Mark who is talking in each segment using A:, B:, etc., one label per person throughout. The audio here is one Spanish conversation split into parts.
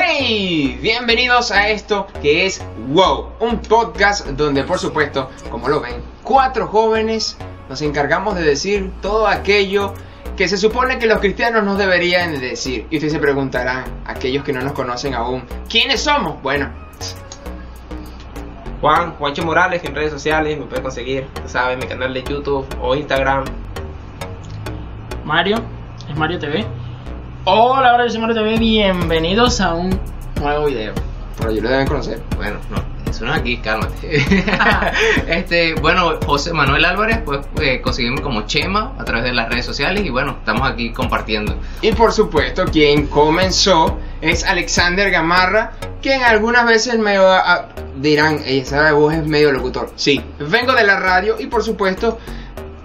A: Hey, bienvenidos a esto que es WOW, un podcast donde por supuesto, como lo ven, cuatro jóvenes nos encargamos de decir todo aquello que se supone que los cristianos nos deberían decir. Y ustedes se preguntarán, aquellos que no nos conocen aún, ¿quiénes somos? Bueno,
B: Juan, Juancho Morales en redes sociales, me puedes conseguir, tú sabes, mi canal de YouTube o Instagram.
C: Mario, es Mario TV. Hola, hola, yo soy Mario TV. Bienvenidos a un nuevo video.
A: pero yo lo deben conocer.
D: Bueno, no, eso no es aquí, cálmate. este, bueno, José Manuel Álvarez, pues eh, conseguimos como Chema a través de las redes sociales y bueno, estamos aquí compartiendo.
A: Y por supuesto, quien comenzó es Alexander Gamarra, quien algunas veces me va a- dirán, esa voz es medio locutor. Sí, vengo de la radio y por supuesto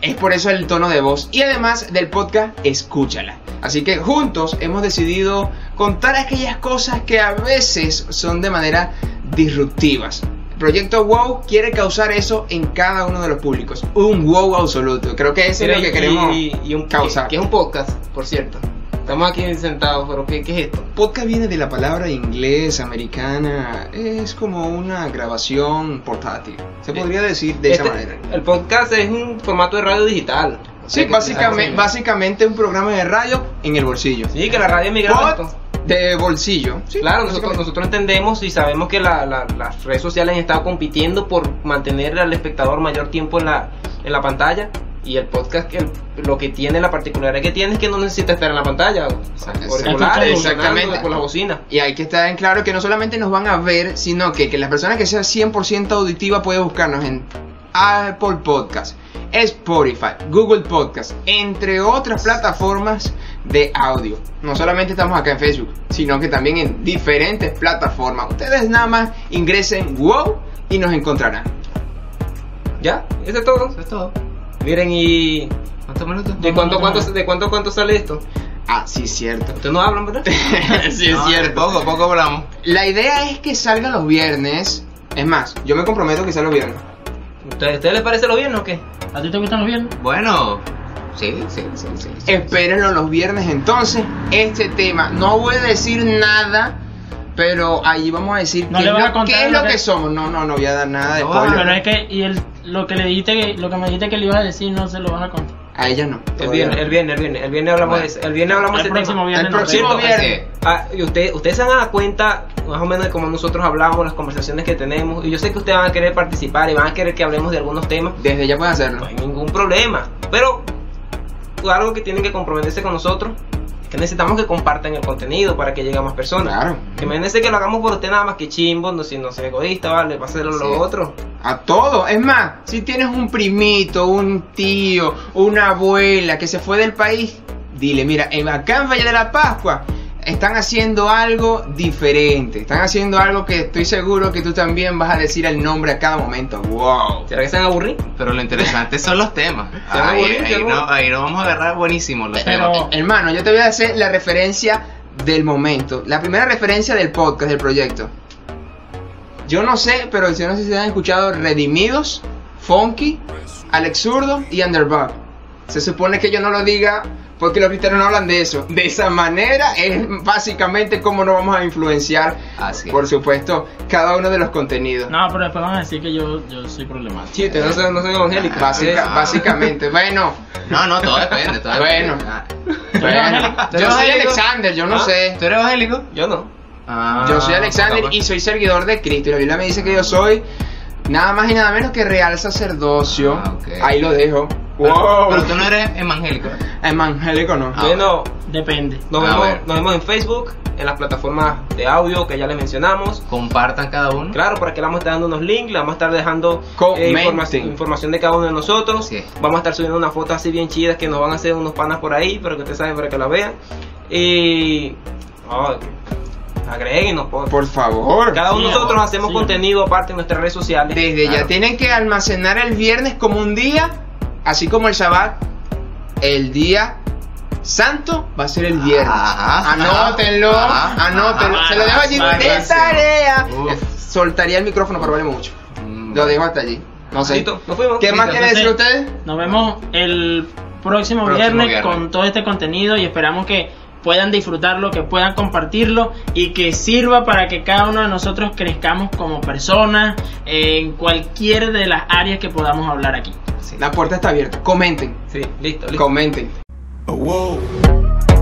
A: es por eso el tono de voz y además del podcast Escúchala. Así que juntos hemos decidido contar aquellas cosas que a veces son de manera disruptivas. Proyecto WOW quiere causar eso en cada uno de los públicos. Un WOW absoluto. Creo que eso es lo
B: Mira,
A: que
B: y-
A: queremos.
B: y, y un
A: causar.
B: Que, que es un podcast, por cierto. Estamos aquí sentados, pero ¿qué, qué es esto?
A: Podcast viene de la palabra inglés, americana, es como una grabación portátil. Se podría decir de
B: Este-
A: esa manera.
B: El podcast es un formato de radio digital.
A: Sí, básicamente, básicamente un programa de radio en el bolsillo.
B: Sí, que la radio es mi gran
A: Pod
B: acto.
A: de bolsillo. Sí,
B: claro, nosotros,
A: básicamente.
B: nosotros entendemos y sabemos que la- la- las redes sociales han estado compitiendo por mantener al espectador mayor tiempo en la, en la pantalla. Y el podcast, que- lo que tiene, la particularidad que tiene es que no necesita estar en la pantalla. O sea,
A: Exacto.
B: auriculares,
A: Exactamente.
B: sonando, con la bocina.
A: Y hay que estar en claro que no solamente nos van a ver, sino que, que la persona que sea 100% auditiva puede buscarnos en Apple Podcast, Spotify, Google Podcast, entre otras plataformas de audio. No solamente estamos acá en Facebook, sino que también en diferentes plataformas. Ustedes nada más ingresen wow y nos encontrarán.
B: Ya, eso es todo.
D: Eso es todo.
B: Miren, y.
D: ¿Cuántos minutos?
B: ¿De cuánto, cuánto, de cuánto, cuánto sale esto?
A: Ah, sí, cierto.
B: Ustedes no hablan, ¿verdad?
A: sí,
D: No, Poco, poco hablamos.
A: La idea es que salga los viernes. Es más, yo me comprometo que salga los viernes.
B: ¿Ustedes, ¿ustedes les parece lo bien o qué?
C: ¿A ti te gustan los viernes?
D: Bueno, sí, sí, sí, sí. sí.
A: Eh. Espérenlo los viernes entonces. Este tema, no voy a decir nada, pero ahí vamos a decir
C: No
A: qué,
C: le
A: es
C: vas a
A: lo,
C: contar
A: qué es
C: lo
A: lo
C: que-
A: que somos. No, no, no voy a dar nada de
D: No,
A: spoiler.
C: Ah, Pero es que y el, lo que le dijiste, que- lo que me dijiste que le ibas a decir, no se lo vas a contar.
A: A ella no.
B: El
A: todavía
B: viernes,
A: no.
B: el viernes, el viernes. El viernes hablamos
D: Bueno.
B: de ese- El viernes hablamos
C: El
B: de ese tema.
C: próximo viernes.
A: El
C: nos
A: próximo
C: vemos.
A: viernes.
D: Así
B: Ah, y usted- ustedes se han dado cuenta más o menos de cómo nosotros hablamos, las conversaciones que tenemos. Y yo sé que ustedes van a querer participar y van a querer que hablemos de algunos temas.
A: Desde ya puedes hacerlo.
B: No hay ningún problema. Pero algo que tienen que comprometerse con nosotros es que necesitamos que compartan el contenido para que llegue a más personas.
A: Claro.
B: Que Imagínense que lo hagamos por usted nada más que chimbo, no, si no sea egoísta, vale, para hacerlo
A: Sí.
B: lo otro.
A: A todo. Es más, si tienes un primito, un tío, una abuela que se fue del país, dile, mira, en acá en Valle de la Pascua están haciendo algo diferente. Están haciendo algo que estoy seguro que tú también vas a decir el nombre a cada momento. ¡Wow!
B: ¿Será que se van a aburrir?
D: Pero lo interesante son los temas.
B: Se va a
D: Ahí,
B: morir, se
D: ahí,
B: va a
D: no, ahí nos vamos a agarrar buenísimos los
C: Pero-
D: temas.
A: Hermano, yo te voy a hacer la referencia del momento. La primera referencia del podcast, del proyecto. Yo no sé, pero yo no sé si han escuchado Redimidos, Funky, Alex Zurdo y Underbar. Se supone que yo no lo diga porque los cristianos no hablan de eso. De esa manera es básicamente como nos vamos a influenciar,
D: Así es.
A: por supuesto, cada uno de los contenidos.
C: No, pero después van a decir que yo, yo soy problemático.
B: Sí, ustedes no son, no son evangélicos.
A: Básica-
D: Ah.
A: Básicamente, bueno,
D: No, no, todo depende, todo depende.
A: Bueno.
D: Ah,
A: bueno. Yo soy Alexander, yo no
B: ¿Ah?
A: sé.
D: ¿Tú eres evangélico?
B: Yo no.
D: Ah,
A: Yo soy Alexander
D: tampoco.
A: y soy seguidor de Cristo. Y la Biblia me dice que yo soy nada más y nada menos que real sacerdocio.
D: Ah, ok.
A: Ahí lo dejo.
D: Pero,
A: Wow.
D: pero tú no eres evangélico.
A: Evangélico no.
D: Ah,
B: bueno,
C: Depende.
B: nos,
D: A
B: vemos,
D: ver.
B: nos vemos en Facebook, en las plataformas de audio que ya les mencionamos.
D: Compartan cada uno.
B: Claro, por aquí le vamos a estar dando unos links, le vamos a estar dejando eh,
A: Comenten.
B: informa- información de cada uno de nosotros.
D: Así es.
B: Vamos a estar subiendo unas fotos así bien chidas que nos van a hacer unos panas por ahí, pero que ustedes saben para que la vean. Y. oh, agréguenos, por
A: Por favor.
B: Cada uno de
C: Sí,
B: nosotros
C: amor,
B: hacemos
C: sí.
B: contenido aparte en nuestras redes sociales.
A: Desde ya
D: Claro.
A: tienen que almacenar el viernes como un día, así como el Shabbat, el día santo va a ser el viernes.
D: Ajá.
A: anótenlo,
D: Ajá.
A: anótenlo.
C: Ajá.
A: Se lo dejo allí
C: Ajá.
A: de tarea.
D: Uf.
A: Soltaría el micrófono, pero vale mucho.
D: Mm.
A: Lo dejo hasta allí. No sé.
B: Listo, nos fuimos.
A: ¿Qué más
C: Listo,
A: quieren decir
C: entonces-
A: ustedes?
C: Nos vemos el próximo,
D: Próximo
C: viernes,
D: viernes.
C: con todo este contenido y esperamos que puedan disfrutarlo, que puedan compartirlo y que sirva para que cada uno de nosotros crezcamos como personas en cualquier de las áreas que podamos hablar aquí.
A: La puerta está abierta. Comenten.
B: Sí, listo, listo.
A: Comenten.
E: Oh, whoa.